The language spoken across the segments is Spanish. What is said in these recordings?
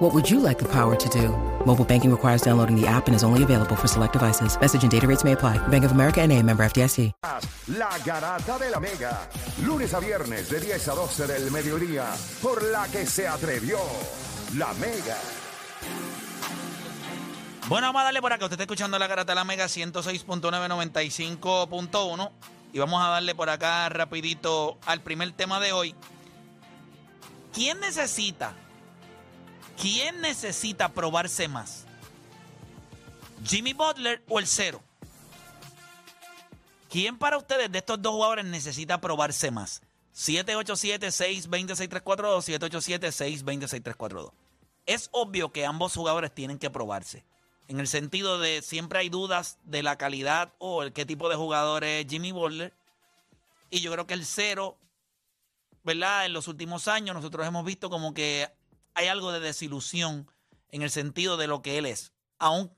What would you like the power to do? Mobile banking requires downloading the app and is only available for select devices. Message and data rates may apply. Bank of America and a member FDIC. La Garata de la Mega. Lunes a viernes de 10 a 12 del mediodía. Por la que se atrevió. La Mega. Bueno, vamos a darle por acá. Usted está escuchando la Garata de la Mega 106.995.1 y vamos a darle por acá rapidito al primer tema de hoy. ¿Quién necesita? ¿Quién necesita probarse más? ¿Jimmy Butler o el cero? ¿Quién para ustedes de estos dos jugadores necesita probarse más? 787-620-6342, 787-620-6342. Es obvio que ambos jugadores tienen que probarse. En el sentido de siempre hay dudas de la calidad o el qué tipo de jugador es Jimmy Butler. Y yo creo que el cero, ¿verdad? En los últimos años nosotros hemos visto como que hay algo de desilusión en el sentido de lo que él es, aún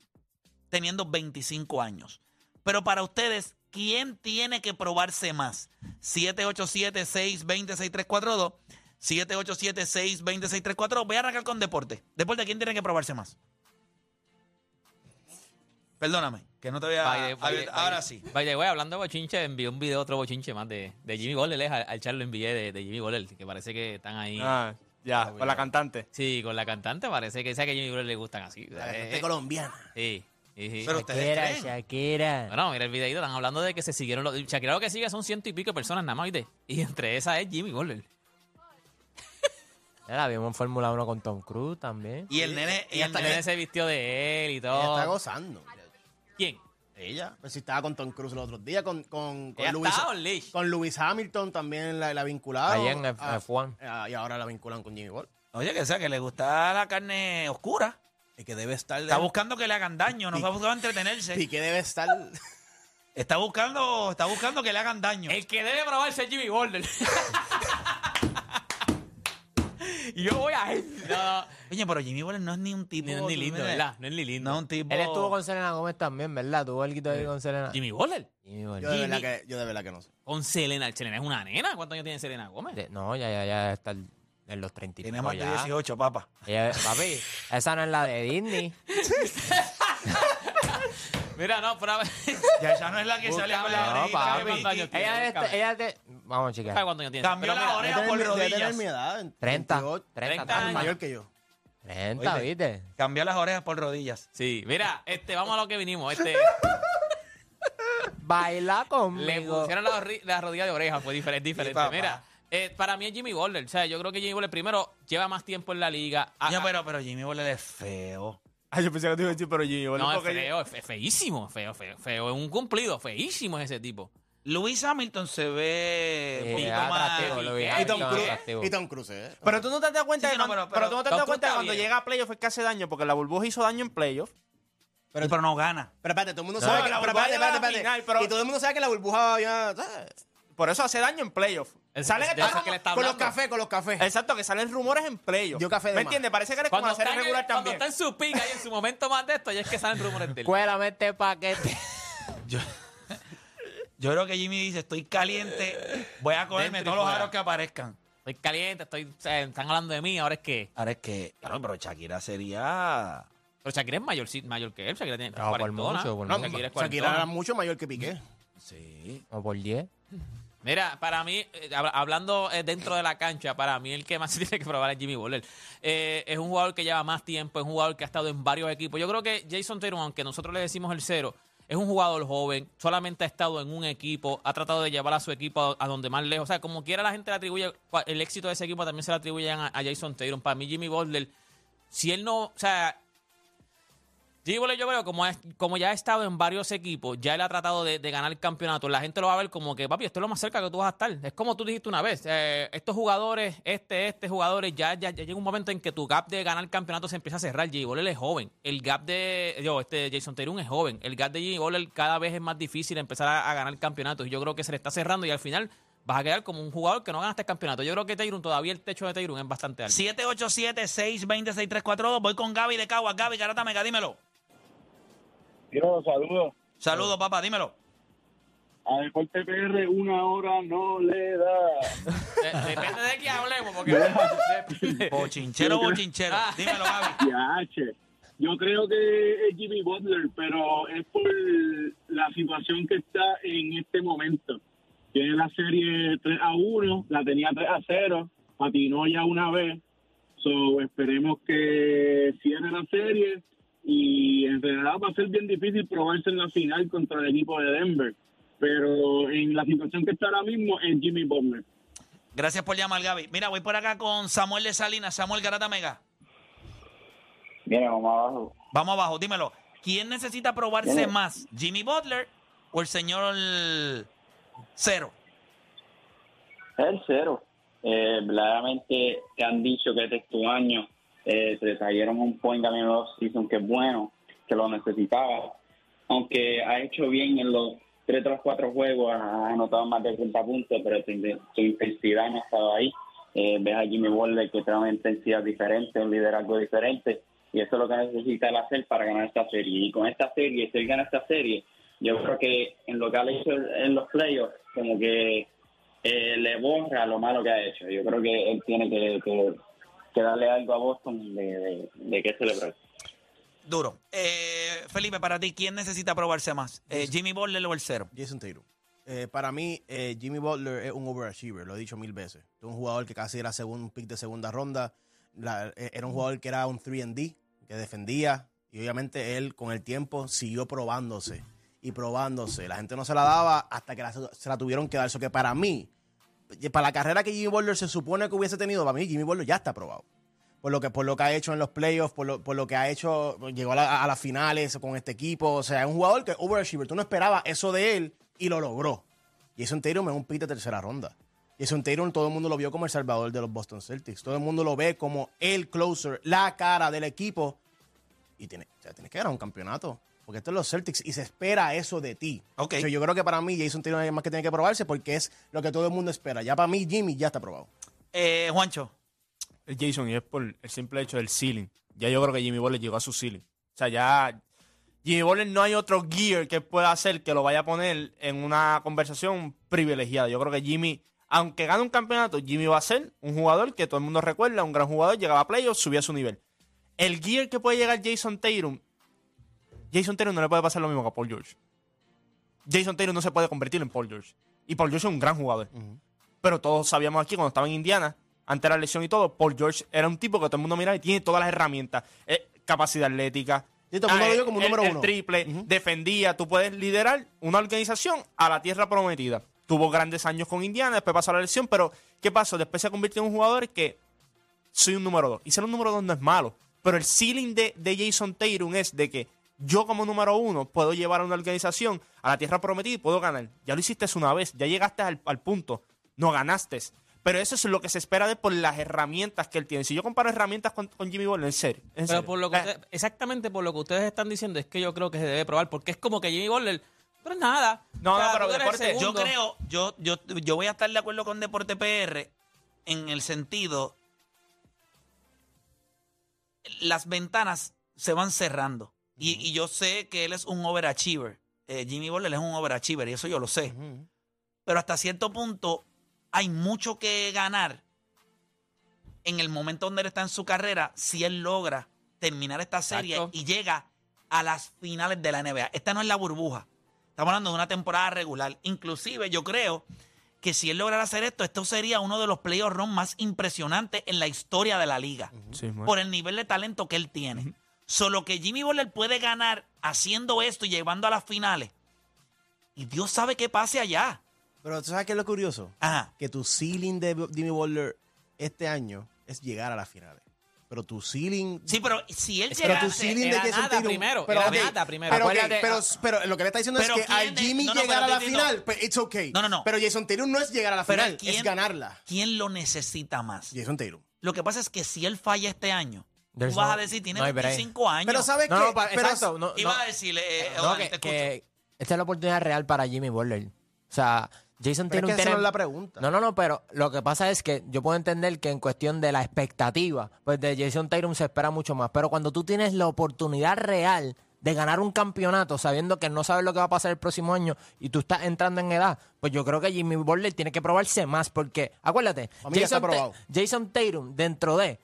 teniendo 25 años. Pero para ustedes, ¿quién tiene que probarse más? 787-620-6342. 787-620-6342. Voy a arrancar con deporte. Deporte, ¿quién tiene que probarse más? Perdóname, que no te voy a... By the- by the- by Ah, ahora the- sí. By the way, hablando de bochinche, envié un video, otro bochinche más de, de Jimmy Butler. eh, Al, al Charlo envié de, de Jimmy Butler, que parece que están ahí. Ah, ya, con la cantante. Sí, con la cantante parece que sea que a Jimmy Butler le gustan así. o sea, eh, colombiana. sí, sí, sí. Pero ustedes creen. Shakira. Bueno, mira el videito, están hablando de que se siguieron los... Shakira lo que sigue son ciento y pico de personas nada más, ¿viste? Y entre esas es Jimmy Butler. Ya la vimos en Fórmula 1 con Tom Cruise también. Y el nene, y Y el hasta nene- que se vistió de él y Ella está todo. gozando. ¿Quién? Ella. Pues si estaba con Tom Cruise los otros días, con, con, con Ella Lewis- estaba on leash. con Lewis Hamilton también la, la vincularon. Allá en F- Ah, F1. ah, y ahora la vinculan con Jimmy Ball. Oye, que sea que le gusta la carne oscura. Y que debe estar. Está buscando que le hagan daño, no está buscando entretenerse. Y que debe estar. Está buscando, está buscando que le hagan daño. El que debe probarse es Jimmy Butler. Yo voy a... No, no. Ah, Oye, pero Jimmy Butler no es ni un tipo. No es ni tú lindo, ves, ¿verdad? No es ni lindo. No es un tipo. Él estuvo con Selena Gómez también, ¿verdad? Tuvo algo ahí con Selena. Jimmy Waller. Jimmy Butler. Yo de, verdad Jimmy. que, yo de verdad que no sé. Con Selena. Selena es una nena. ¿Cuántos años tiene Selena Gómez? De- No, ya, ya, ya está el- en los 30 y Tiene pico más de Oh, ya. 18, papá. Ella- papi, esa no es la de Disney. Mira, no, pero... Ya, ya no es la que sale con la No, grita, papi. bebé. Cuántos años tiene. Ella, Búscame. de- este, ella de- Vamos, ¿Sabe chicas. cuántos años tiene? Cambió Pero la mira, oreja Debe por tener mi- debe tener rodillas. mi edad. en- 30. 28. 30, 30 Ah, años. Mayor que yo. 30, Oíste. ¿viste? Cambió las orejas por rodillas. Sí, mira, este, vamos a lo que vinimos. Este, Baila conmigo. le pusieron las ri- las rodillas de oreja, fue diferente, Sí, diferente. papá. mira, eh, para mí es Jimmy Butler. O sea, yo creo que Jimmy Butler primero lleva más tiempo en la liga. Ah, Oye, ah, pero, pero Jimmy Butler es feo. Ah, yo pensé que te iba a decir, pero Jimmy Butler, no, es pues, porque- feo, es fe- feísimo, feo, feo, feo. Es un cumplido, feísimo es ese tipo. Luis Hamilton se ve Sí, un poquito Eh, ya, más. atractivo, lo vi, Y atractivo, Tom Cruise- atractivo. Y Tom Cruise, ¿eh? Pero tú no te das cuenta, Sí, de sí, no, cuando- pero- pero, tú no te Tom das Cruise cuenta de está cuando bien. llega a playoff es que hace daño, porque la burbuja hizo daño en playoff. pero, pero no gana. Pero espérate, todo el mundo No, sabe la que la burbuja burbuja. llega a la final, pero- Y todo el mundo sabe que la burbuja ya. ¿sabes? Por eso hace daño en playoff. Es- Salen de estos eso que le rumores- está Con los hablando. cafés, con los cafés. Exacto, que salen rumores en playoff. Dio café de ¿Me más. entiendes? Parece que eres como Cuando la serie está, en, regular cuando también. está en su pica y en su momento más de esto, ya es que salen rumores de él. Cuélame este paquete. Yo creo que Jimmy dice: Estoy caliente, voy a cogerme Dentro y todos los fuera. aros que aparezcan. Estoy caliente, estoy, o sea, están hablando de mí, ahora es que... Ahora es que, claro, pero Shakira sería. Pero Shakira es mayor, sí, mayor que él, Shakira tiene No, por cuarentona. mucho, por No, mucho. Shakira es Shakira era cuarentona. mucho mayor que Piqué. Sí. O por 10. Mira, para mí, eh, hab- hablando eh, dentro de la cancha, para mí el que más se tiene que probar es Jimmy Butler. Eh, es un jugador que lleva más tiempo, es un jugador que ha estado en varios equipos. Yo creo que Jason Tatum, aunque nosotros le decimos el cero, es un jugador joven, solamente ha estado en un equipo, ha tratado de llevar a su equipo a, a donde más lejos. O sea, como quiera la gente le atribuye, cua- el éxito de ese equipo también se lo atribuyen a, a Jason Tatum. Para mí Jimmy Butler, si él no, o sea, Jimmy Butler, yo creo, como, es- como ya ha estado en varios equipos, ya él ha tratado de, de ganar el campeonato. La gente lo va a ver como que, papi, esto es lo más cerca que tú vas a estar. Es como tú dijiste una vez, eh, estos jugadores, este, este, jugadores, ya, ya, ya llega un momento en que tu gap de ganar el campeonato se empieza a cerrar. Jimmy Butler es joven. El gap de, yo, este, Jason Tatum es joven. El gap de Jimmy Butler cada vez es más difícil empezar a, a ganar campeonatos. Y yo creo que se le está cerrando y al final vas a quedar como un jugador que no ganaste el campeonato. Yo creo que Tatum, todavía el techo de Tatum es bastante alto. 787-620-6342. Voy con Gaby de Caguas. Gaby, Garata Mega, dímelo. Yo saludo. Saludos, papá, dímelo. A Deporte PR una hora no le da. De- depende de quién hablemos, porque... depende. Bochinchero, bochinchero. Ah. Dímelo, Gaby. Ya, che. Yo creo que es Jimmy Butler, pero es por la situación que está en este momento. Tiene la serie 3 a 1, la tenía 3 a 0, patinó ya una vez. So, esperemos que cierre la serie y en realidad va a ser bien difícil probarse en la final contra el equipo de Denver. Pero en la situación que está ahora mismo es Jimmy Butler. Gracias por llamar, Gaby. Mira, voy por acá con Samuel de Salinas. Samuel Garata Mega. Bien, vamos abajo. Vamos abajo, dímelo. ¿Quién necesita probarse Bien. más? ¿Jimmy Butler o el señor Cero? Es el cero. Eh, verdaderamente te han dicho que este es tu año. Eh, te trajeron un point game en los season que es bueno, que lo necesitaba. Aunque ha hecho bien en los tres de los cuatro juegos, ha anotado más de 30 puntos, pero su, in- su intensidad no ha estado ahí. Eh, ves a Jimmy Waller que trae una intensidad diferente, un liderazgo diferente, y eso es lo que necesita él hacer para ganar esta serie. Y con esta serie, si él gana esta serie, yo creo que en lo que ha hecho en los playoffs, como que eh, le borra lo malo que ha hecho. Yo creo que él tiene que, que, que darle algo a Boston de, de, de qué celebrar. Duro. Eh, Felipe, para ti, ¿quién necesita probarse más? Eh, ¿Jimmy Butler o el Cero? Jason Tatum. Eh, para mí, eh, Jimmy Butler es un overachiever, lo he dicho mil veces. Es un jugador que casi era segundo, un pick de segunda ronda. La- eh, era un jugador que era un 3D, que defendía. Y obviamente él, con el tiempo, siguió probándose y probándose. La gente no se la daba hasta que la- se la tuvieron que dar. Eso que para mí, y para la carrera que Jimmy Butler se supone que hubiese tenido, para mí Jimmy Butler ya está aprobado. Por lo que, por lo que ha hecho en los playoffs, por lo, por lo que ha hecho, llegó a, la- a las finales con este equipo. O sea, es un jugador que overachiever. Tú no esperabas eso de él y lo logró. Jason Tatum es un pit de tercera ronda. Jason Tatum todo el mundo lo vio como el salvador de los Boston Celtics. Todo el mundo lo ve como el closer, la cara del equipo. Y tiene, o sea, tienes que ganar un campeonato. Porque esto es los Celtics y se espera eso de ti. Ok. O sea, yo creo que para mí Jason Tatum es el más que tiene que probarse porque es lo que todo el mundo espera. Ya para mí Jimmy ya está probado. Eh, Juancho. El Jason, y es por el simple hecho del ceiling. Ya yo creo que Jimmy Butler llegó a su ceiling. O sea, ya. Jimmy Butler no hay otro gear que pueda hacer que lo vaya a poner en una conversación privilegiada. Yo creo que Jimmy, aunque gane un campeonato, Jimmy va a ser un jugador que todo el mundo recuerda, un gran jugador, llegaba a playoffs, subía su nivel. El gear que puede llegar Jason Tatum, Jason Tatum no le puede pasar lo mismo que a Paul George. Jason Tatum no se puede convertir en Paul George. Y Paul George es un gran jugador. Pero todos sabíamos aquí cuando estaba en Indiana, ante la lesión y todo, Paul George era un tipo que todo el mundo miraba y tiene todas las herramientas. Eh, capacidad atlética. Sí, todo el mundo lo eh, vio como un el- número el uno. triple, defendía. Tú puedes liderar una organización a la tierra prometida. Tuvo grandes años con Indiana, después pasó la lesión, pero ¿qué pasó? Después se convirtió en un jugador que soy un número 2. Y ser un número 2 no es malo. Pero el ceiling de, de Jason Tatum es de que yo como número uno puedo llevar a una organización a la tierra prometida y puedo ganar. Ya lo hiciste una vez, ya llegaste al, al punto, no ganaste. Pero eso es lo que se espera de él por las herramientas que él tiene. Si yo comparo herramientas con, con Jimmy Butler, en serio. en Pero serio. por lo que Eh, usted- exactamente por lo que ustedes están diciendo es que yo creo que se debe probar, porque es como que Jimmy Butler, pero es nada. No, no, pero tú eres el deporte, yo Yo segundo. creo, yo, yo, yo voy a estar de acuerdo con Deporte PR en el sentido, las ventanas se van cerrando. Y, y yo sé que él es un overachiever. Eh, Jimmy Butler es un overachiever, y eso yo lo sé. Pero hasta cierto punto hay mucho que ganar en el momento donde él está en su carrera si él logra terminar esta serie Exacto. y llega a las finales de la NBA. Esta no es la burbuja. Estamos hablando de una temporada regular. Inclusive yo creo que si él lograra hacer esto, esto sería uno de los playoff runs más impresionantes en la historia de la liga. Sí, man. por el nivel de talento que él tiene. Solo que Jimmy Butler puede ganar haciendo esto y llevando a las finales. Y Dios sabe qué pase allá. Pero ¿tú sabes qué es lo curioso? Ajá. que tu ceiling de Jimmy Butler este año es llegar a las finales. pero tu ceiling. Sí, pero si él pero tu llegase- ceiling de era Jason nada Tatum- primero, Pero, era ok, nada primero. Pero, ok, Acuérdate- pero, pero lo que le está diciendo ah, Pero es que al ¿quién de- Jimmy no, no, llegar a pero la Tito- final, pues it's okay. No, no, no. Pero Jason Tatum no es llegar a la Pero final, ¿quién- es ganarla. ¿Quién lo necesita más? Jason Tatum. Lo que pasa es que si él falla este año, There's tú vas no- a decir, tiene no hay break. 25 años. Pero ¿sabes No, qué? no, pa- Pero- exacto. No, Iba no. a decirle, eh, No, Odal, que, te escucho. que esta es la oportunidad real para Jimmy Butler. O sea, Jason Pero Tatum es que esa tiene- no es la pregunta. No, no, no, pero lo que pasa es que yo puedo entender que en cuestión de la expectativa, pues de Jason Tatum se espera mucho más. Pero cuando tú tienes la oportunidad real de ganar un campeonato sabiendo que no sabes lo que va a pasar el próximo año y tú estás entrando en edad, pues yo creo que Jimmy Butler tiene que probarse más porque, acuérdate, A mí ya está Ta- probado. Jason Tatum dentro de...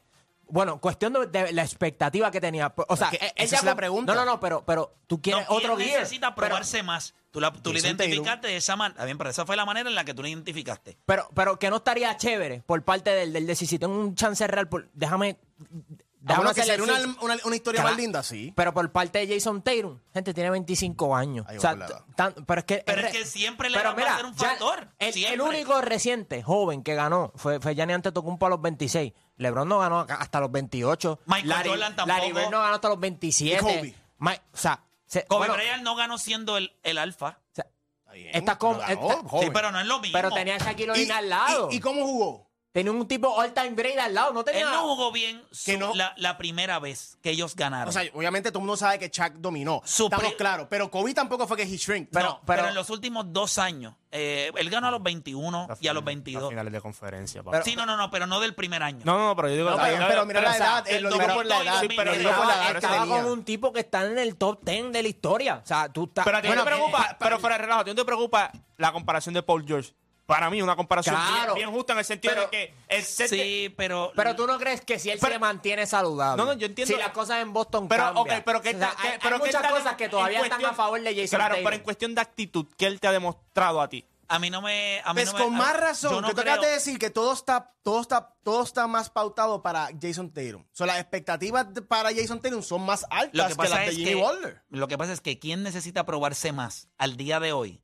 Bueno, cuestión de, de la expectativa que tenía. O sea, Es que él esa ya es la com- pregunta. No, no, no, pero, pero tú No, quieres ¿quién otro gear. necesita Pero- probarse más. Tú, la, tú lo Jason Tatum. identificaste de esa manera. Está bien, pero esa fue la manera en la que tú lo identificaste. Pero, pero que no estaría chévere por parte del, del de si tengo un chance real, por- déjame. Ah, déjame bueno, que hacerle sería una, el- una, una historia Claro. más linda, sí. Pero por parte de Jason Tatum, gente, tiene 25 años. Ahí O sea, va por la edad. tan- pero es que, Pero es re- que siempre le pero va a pasar un ya- factor, El, el siempre. único reciente joven que ganó fue, fue Gianni Antetokounmpo a los 26. LeBron no ganó acá hasta los 28. Michael Jordan tampoco. Larry Bird no ganó hasta los 27. Y Kobe. Ma- o sea, se- Kobe bueno, Bryant no ganó siendo el, el alfa. o sea, Está bien, Esta pero com- ganó, esta- joven. Sí, pero no es lo mismo. pero tenía a Shaquille O'Neal al lado. y- y cómo jugó? tenía un tipo all-time great al lado. No tenía... Él no jugó bien su- Que no- la, la primera vez que ellos ganaron. O sea, obviamente todo el mundo sabe que Chuck dominó. Su Estamos pri- claros. Pero Kobe tampoco fue que he shrink. No, pero- pero, pero- en los últimos dos años, eh, él ganó a los 21 Las y a los finales- 22. las finales de conferencia, papá. Sí, no, no, no, pero no del primer año. No, no, no, pero yo digo... No, pero, pero mira la o sea, edad, eh, lo del digo por la 2002 y edad. Sí, pero lo el digo ah, por la estaba, edad que Ah, estaba tenía. con un tipo que está en el top 10 de la historia. O sea, tú estás. Pero a ti Bueno, no te preocupa, eh, pero fuera de relajo, a ti no te preocupa la comparación de Paul George. Para mí, una comparación bien- Claro. bien, justa en el sentido Pero- de que el set de- Sí, pero. pero tú no crees que si él Pero- se mantiene saludable. No, no, yo entiendo. Si las cosas en Boston Pero, ok, cambian. pero que O sea, está- hay, que- pero hay que muchas está- cosas que todavía en están cuestión- a favor de Jason Claro, Tatum. pero en cuestión de actitud, ¿qué él te ha demostrado a ti? a mí no me. A mí no Pues me- con más a- yo razón, no que tú creo- acabas de decir que todo está, todo está, todo está más pautado para Jason Tatum. O sea, las expectativas de- para Jason Tatum son más Lo altas que que, pasa las de es Jimmy que- Butler. Lo que pasa es que quién necesita probarse más al día de hoy.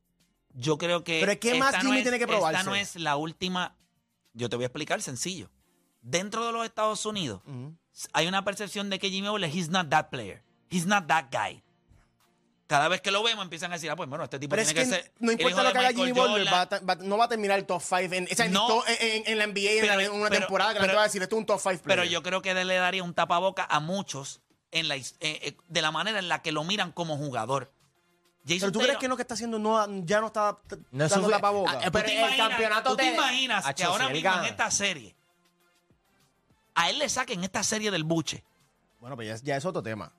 Yo creo que. Pero ¿qué más esta Jimmy es- tiene que probarse? Esta no es la última. Yo te voy a explicar sencillo. Dentro de los Estados Unidos hay una percepción de que Jimmy Butler, he's not that player. He's not that guy. Cada vez que lo vemos empiezan a decir, ah, pues bueno, este tipo Pero es tiene que, que ser. no el hijo importa de lo que haga Michael Jimmy Butler, Jordan". va a ta- va- no va a terminar el top 5 en, o sea, en No. to- en- en- en la NBA en- Pero- en una pero- temporada que la pero- gente va a decir, esto es un top 5 Pero yo creo que le daría un tapaboca a muchos en la, his- eh, eh, de la manera en la que lo miran como jugador. Pero Jason tú crees Taylor- que no que está haciendo no, ya no está t- No es dando sufic- la pavoca. Ah, eh, pero ¿Tú te el imaginas- campeonato ¿Tú te te- imaginas que Acho, ahora si él mismo en gana. esta serie a él le saquen esta serie del buche? Bueno, pues ya, es- ya es otro tema.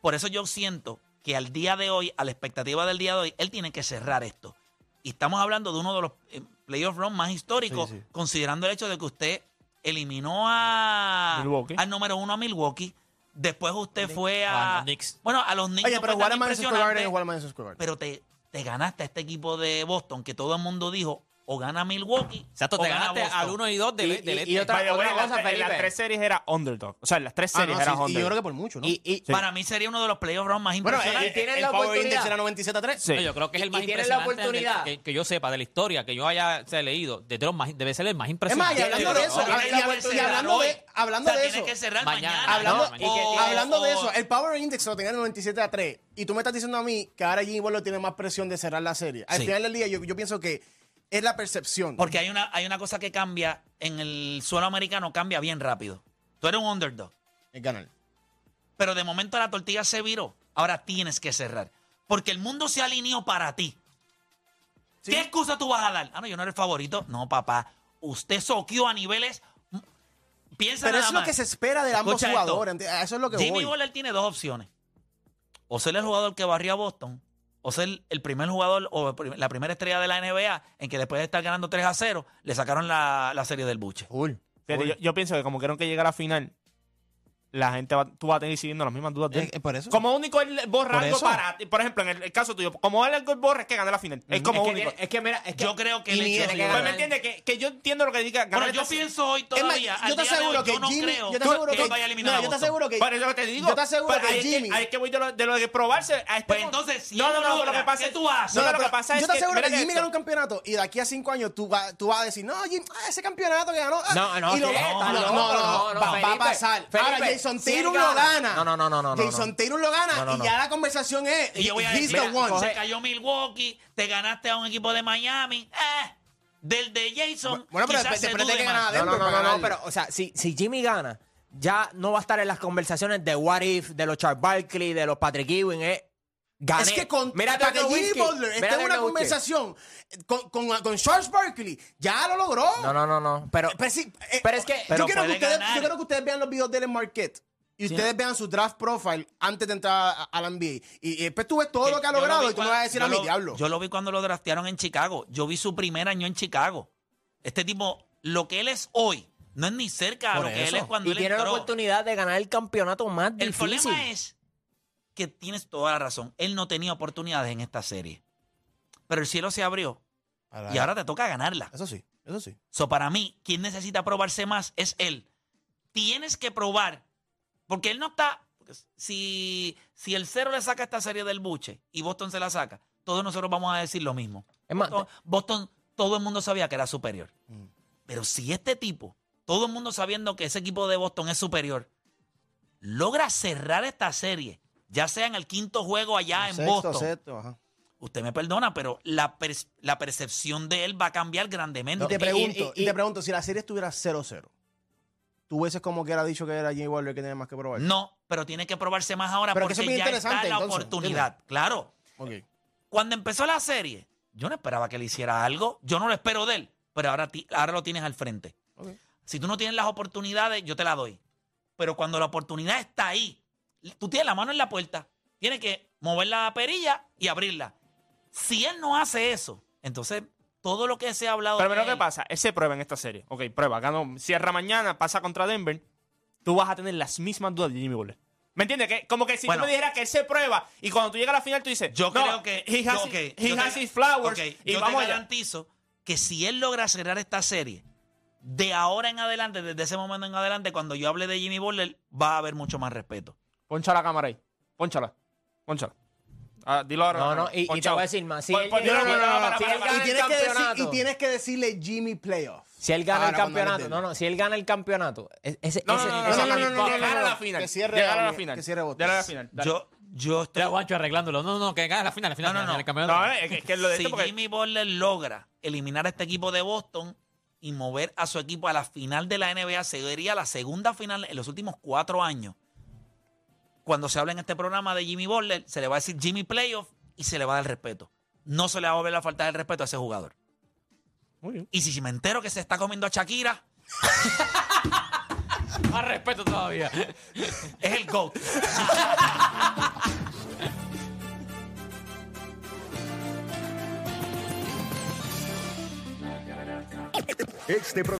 Por eso yo siento que al día de hoy, a la expectativa del día de hoy, él tiene que cerrar esto. Y estamos hablando de uno de los eh, playoff runs más históricos, Sí, sí. considerando el hecho de que usted eliminó a Milwaukee. al número uno a Milwaukee. Después usted fue A a, los Knicks. bueno a los Knicks. Oye, no pero fue jugar tan en Madison Square Garden impresionante. es jugar en Madison Square Garden. pero te, te ganaste a este equipo de Boston que todo el mundo dijo o gana Milwaukee Exacto, o te gana ganaste Boston. al 1 y 2 del, Y- y- del y este. otra- By the way, en las- cosa, en las Felipe. tres series era underdog. O sea, en las tres Ah, series no, era sí, y yo creo underdog. que por mucho, ¿no? Y, y- Sí. Para mí sería uno de los playoff rounds más bueno, importantes. Personal, eh, tienen el la Power oportunidad. Index era 97 3. Sí. No, yo creo que es el Y- más y tiene la impresionante del- oportunidad. que, que yo sepa de la historia, que yo haya o sea, leído. De los más, debe ser el más Es más, impresionante. y hablando Pero de no, eso, tiene y que habla- cerrar y hablando hoy. de- hablando O sea, de tiene eso. que cerrar Mañana, mañana. ¿no? Hablando, Y o- que o- tiene- hablando de o- eso, el Power Index lo tenía en 97 a 3. Y tú me estás diciendo a mí que ahora Jimmy Butler tiene más presión de cerrar la serie. Al Sí. final del día, yo, yo pienso que es la percepción. Porque hay una, hay una cosa que cambia en el suelo americano, cambia bien rápido. Tú eres un underdog, Es ganar. pero de momento la tortilla se viró. Ahora tienes que cerrar. Porque el mundo se alineó para ti. ¿Qué excusa tú vas a dar? Ah, no, yo no era el favorito. No, papá. Usted soqueó a niveles. mm, Piensa Pero nada eso es lo más. que se espera de ambos Escucha esto. jugadores. enti- a Eso es lo que Jimmy voy. Butler tiene dos opciones. O ser el jugador que barrió a Boston, o ser el primer jugador o el prim- la primera estrella de la NBA en que después de estar ganando 3 a 0, le sacaron la, la serie del buche. Fíjate, yo, yo pienso que como quieren que llegue a la final, la gente va, tú vas a tener siguiendo las mismas dudas de él. Eh, eh, por eso. Como único él borra Por algo eso. para ti. Por ejemplo, en el, el caso tuyo, como él algo borra es que gana la final. Es como es, que, único. tiene- es que mira, es que Yo creo que el Y hecho tiene de que Pues me ganar. entiende que, que yo entiendo lo que diga. Bueno, ganar yo esta- pienso hoy Es más, todavía. al yo te día de aseguro hoy, que yo no Jimmy, creo yo te aseguro que, vaya a eliminar no, a yo te Boston. aseguro que Por eso es lo que te digo. Yo te aseguro Pero que ahí es Jimmy- ahí es que voy de lo de, lo de probarse. a este Pues punto. entonces, si no, él no, lo no, logra, lo que pasa ¿qué es, tú haces? No, no, pero lo que pasa yo es te que. aseguro que mira Jimmy esto. ganó un campeonato y de aquí a cinco años tú, va- tú vas a decir, no, Jimmy, ah, ese campeonato que ganó. ah", No, no, y lo- ¿qué? no, Está no, loco, no, no, no, va, va a Felipe, pasar. Ahora Felipe, Jason si él Taylum gana- lo gana. No, no, no, no, no, no, Jason no. Taylum lo gana No, no, no. y ya la conversación es, Y yo voy a he's decir, the mira, one. se cayó Milwaukee, te ganaste a un equipo de Miami. Eh, del de Jason, Bueno, pero quizás después- se después dude de que más. gana No, no, Denver no, para no, no, ganarle. pero, o sea, si, si Jimmy gana, ya no va a estar en las conversaciones de What If, de los Charles Barkley, de los Patrick Ewing, eh. Gané. Es que con, Mira para que Ternowitzki, Jimmy Butler esté mira en una Ternowitzki. conversación con, con, con Charles Barkley, ya lo logró. No, no, no, no. Pero, Pero, sí, eh, Pero es que- pero yo, quiero que puede ustedes, ganar. yo quiero que ustedes vean los videos de él en Marquette. Y ustedes vean su draft profile antes de entrar a, a la NBA. Y, y después tú ves todo Que lo que ha Eh, yo logrado vi y tú me cuando- vas a decir yo a mi lo- diablo. Yo lo vi cuando lo draftearon en Chicago. Yo vi su primer año en Chicago. Este tipo, lo que él es hoy, no es ni cerca a lo Por que él eso. es cuando y él tiene la entró. oportunidad de ganar el campeonato más El difícil. problema es que tienes toda la razón. Él no tenía oportunidades en esta serie. Pero el cielo se abrió y ahora te toca ganarla. Eso sí, eso sí. So, para mí, quien necesita probarse más es él. Tienes que probar, porque él no está. Si, si el cero le saca esta serie del buche y Boston se la saca, todos nosotros vamos a decir lo mismo. Es más, To- Boston, todo el mundo sabía que era superior. Mm. Pero si este tipo, todo el mundo sabiendo que ese equipo de Boston es superior, logra cerrar esta serie, ya sea en el quinto juego allá en Boston, sexto, ajá. usted me perdona, pero la, pers- la percepción de él va a cambiar grandemente. Y te pregunto, y- y- y te pregunto, si la serie estuviera 0-0, ¿tú hubieses como que era dicho que era Jimmy Butler que tenía más que probar? No, pero tiene que probarse más ahora Pero que porque eso es bien ya está interesante, la entonces, oportunidad. Claro. Ok. Cuando empezó la serie, yo no esperaba que le hiciera algo. Yo no lo espero de él, pero ahora, ti- ahora lo tienes al frente. Ok. Si tú no tienes las oportunidades, yo te la doy. Pero cuando la oportunidad está ahí, tú tienes la mano en la puerta, tienes que mover la perilla y abrirla. Si él no hace eso, entonces todo lo que se ha hablado. Pero de mira lo él- que pasa. Él se prueba en esta serie. Ok, prueba. Ganó. Cierra mañana, pasa contra Denver. Tú vas a tener las mismas dudas de Jimmy Butler. ¿Me entiendes? Que, como que si Bueno. tú me dijeras que él se prueba y cuando tú llegas a la final tú dices, Yo no, creo que. He has, yo- ok, he yo has te- his flowers. ok, y yo vamos te allá. garantizo que si él logra cerrar esta serie, de ahora en adelante, desde ese momento en adelante, cuando yo hable de Jimmy Butler, va a haber mucho más respeto. Poncha la cámara ahí. Ponchala. Ponchala. Ah, dilo ahora. No, no, y- y te Ponchao. voy a decir más. Si Pon- él- pon- No, no, mira, no, mira, no, para, si para, él para. Y el tienes, que decir, campeonato. y tienes que decirle Jimmy Playoff. Ah, si él gana el Ahora, cuando hables campeonato, de él. no, no, si él gana el campeonato, es- ese, No, ese- no, ese- no, no, no, no, no, no, Llegar a no, la no, final. que cierre Llegar a la Bobby, final. que cierre Bobby. Llegar a la final. Dale. Yo, yo estoy. Mira, Guancho arreglándolo. No, no, no, que gana la final, la final. No, no, la final, no. el campeonato. No, es que, es que lo de si esto porque... Jimmy Butler logra eliminar a este equipo de Boston y mover a su equipo a la final de la NBA, sería la segunda final en los últimos cuatro años. Cuando se habla en este programa de Jimmy Butler, se le va a decir Jimmy Playoff y se le va a dar respeto. No se le va a volver a faltar el respeto a ese jugador. Muy bien. Y si me entero que se está comiendo a Shakira, Más respeto todavía. es el GOAT. Este pro-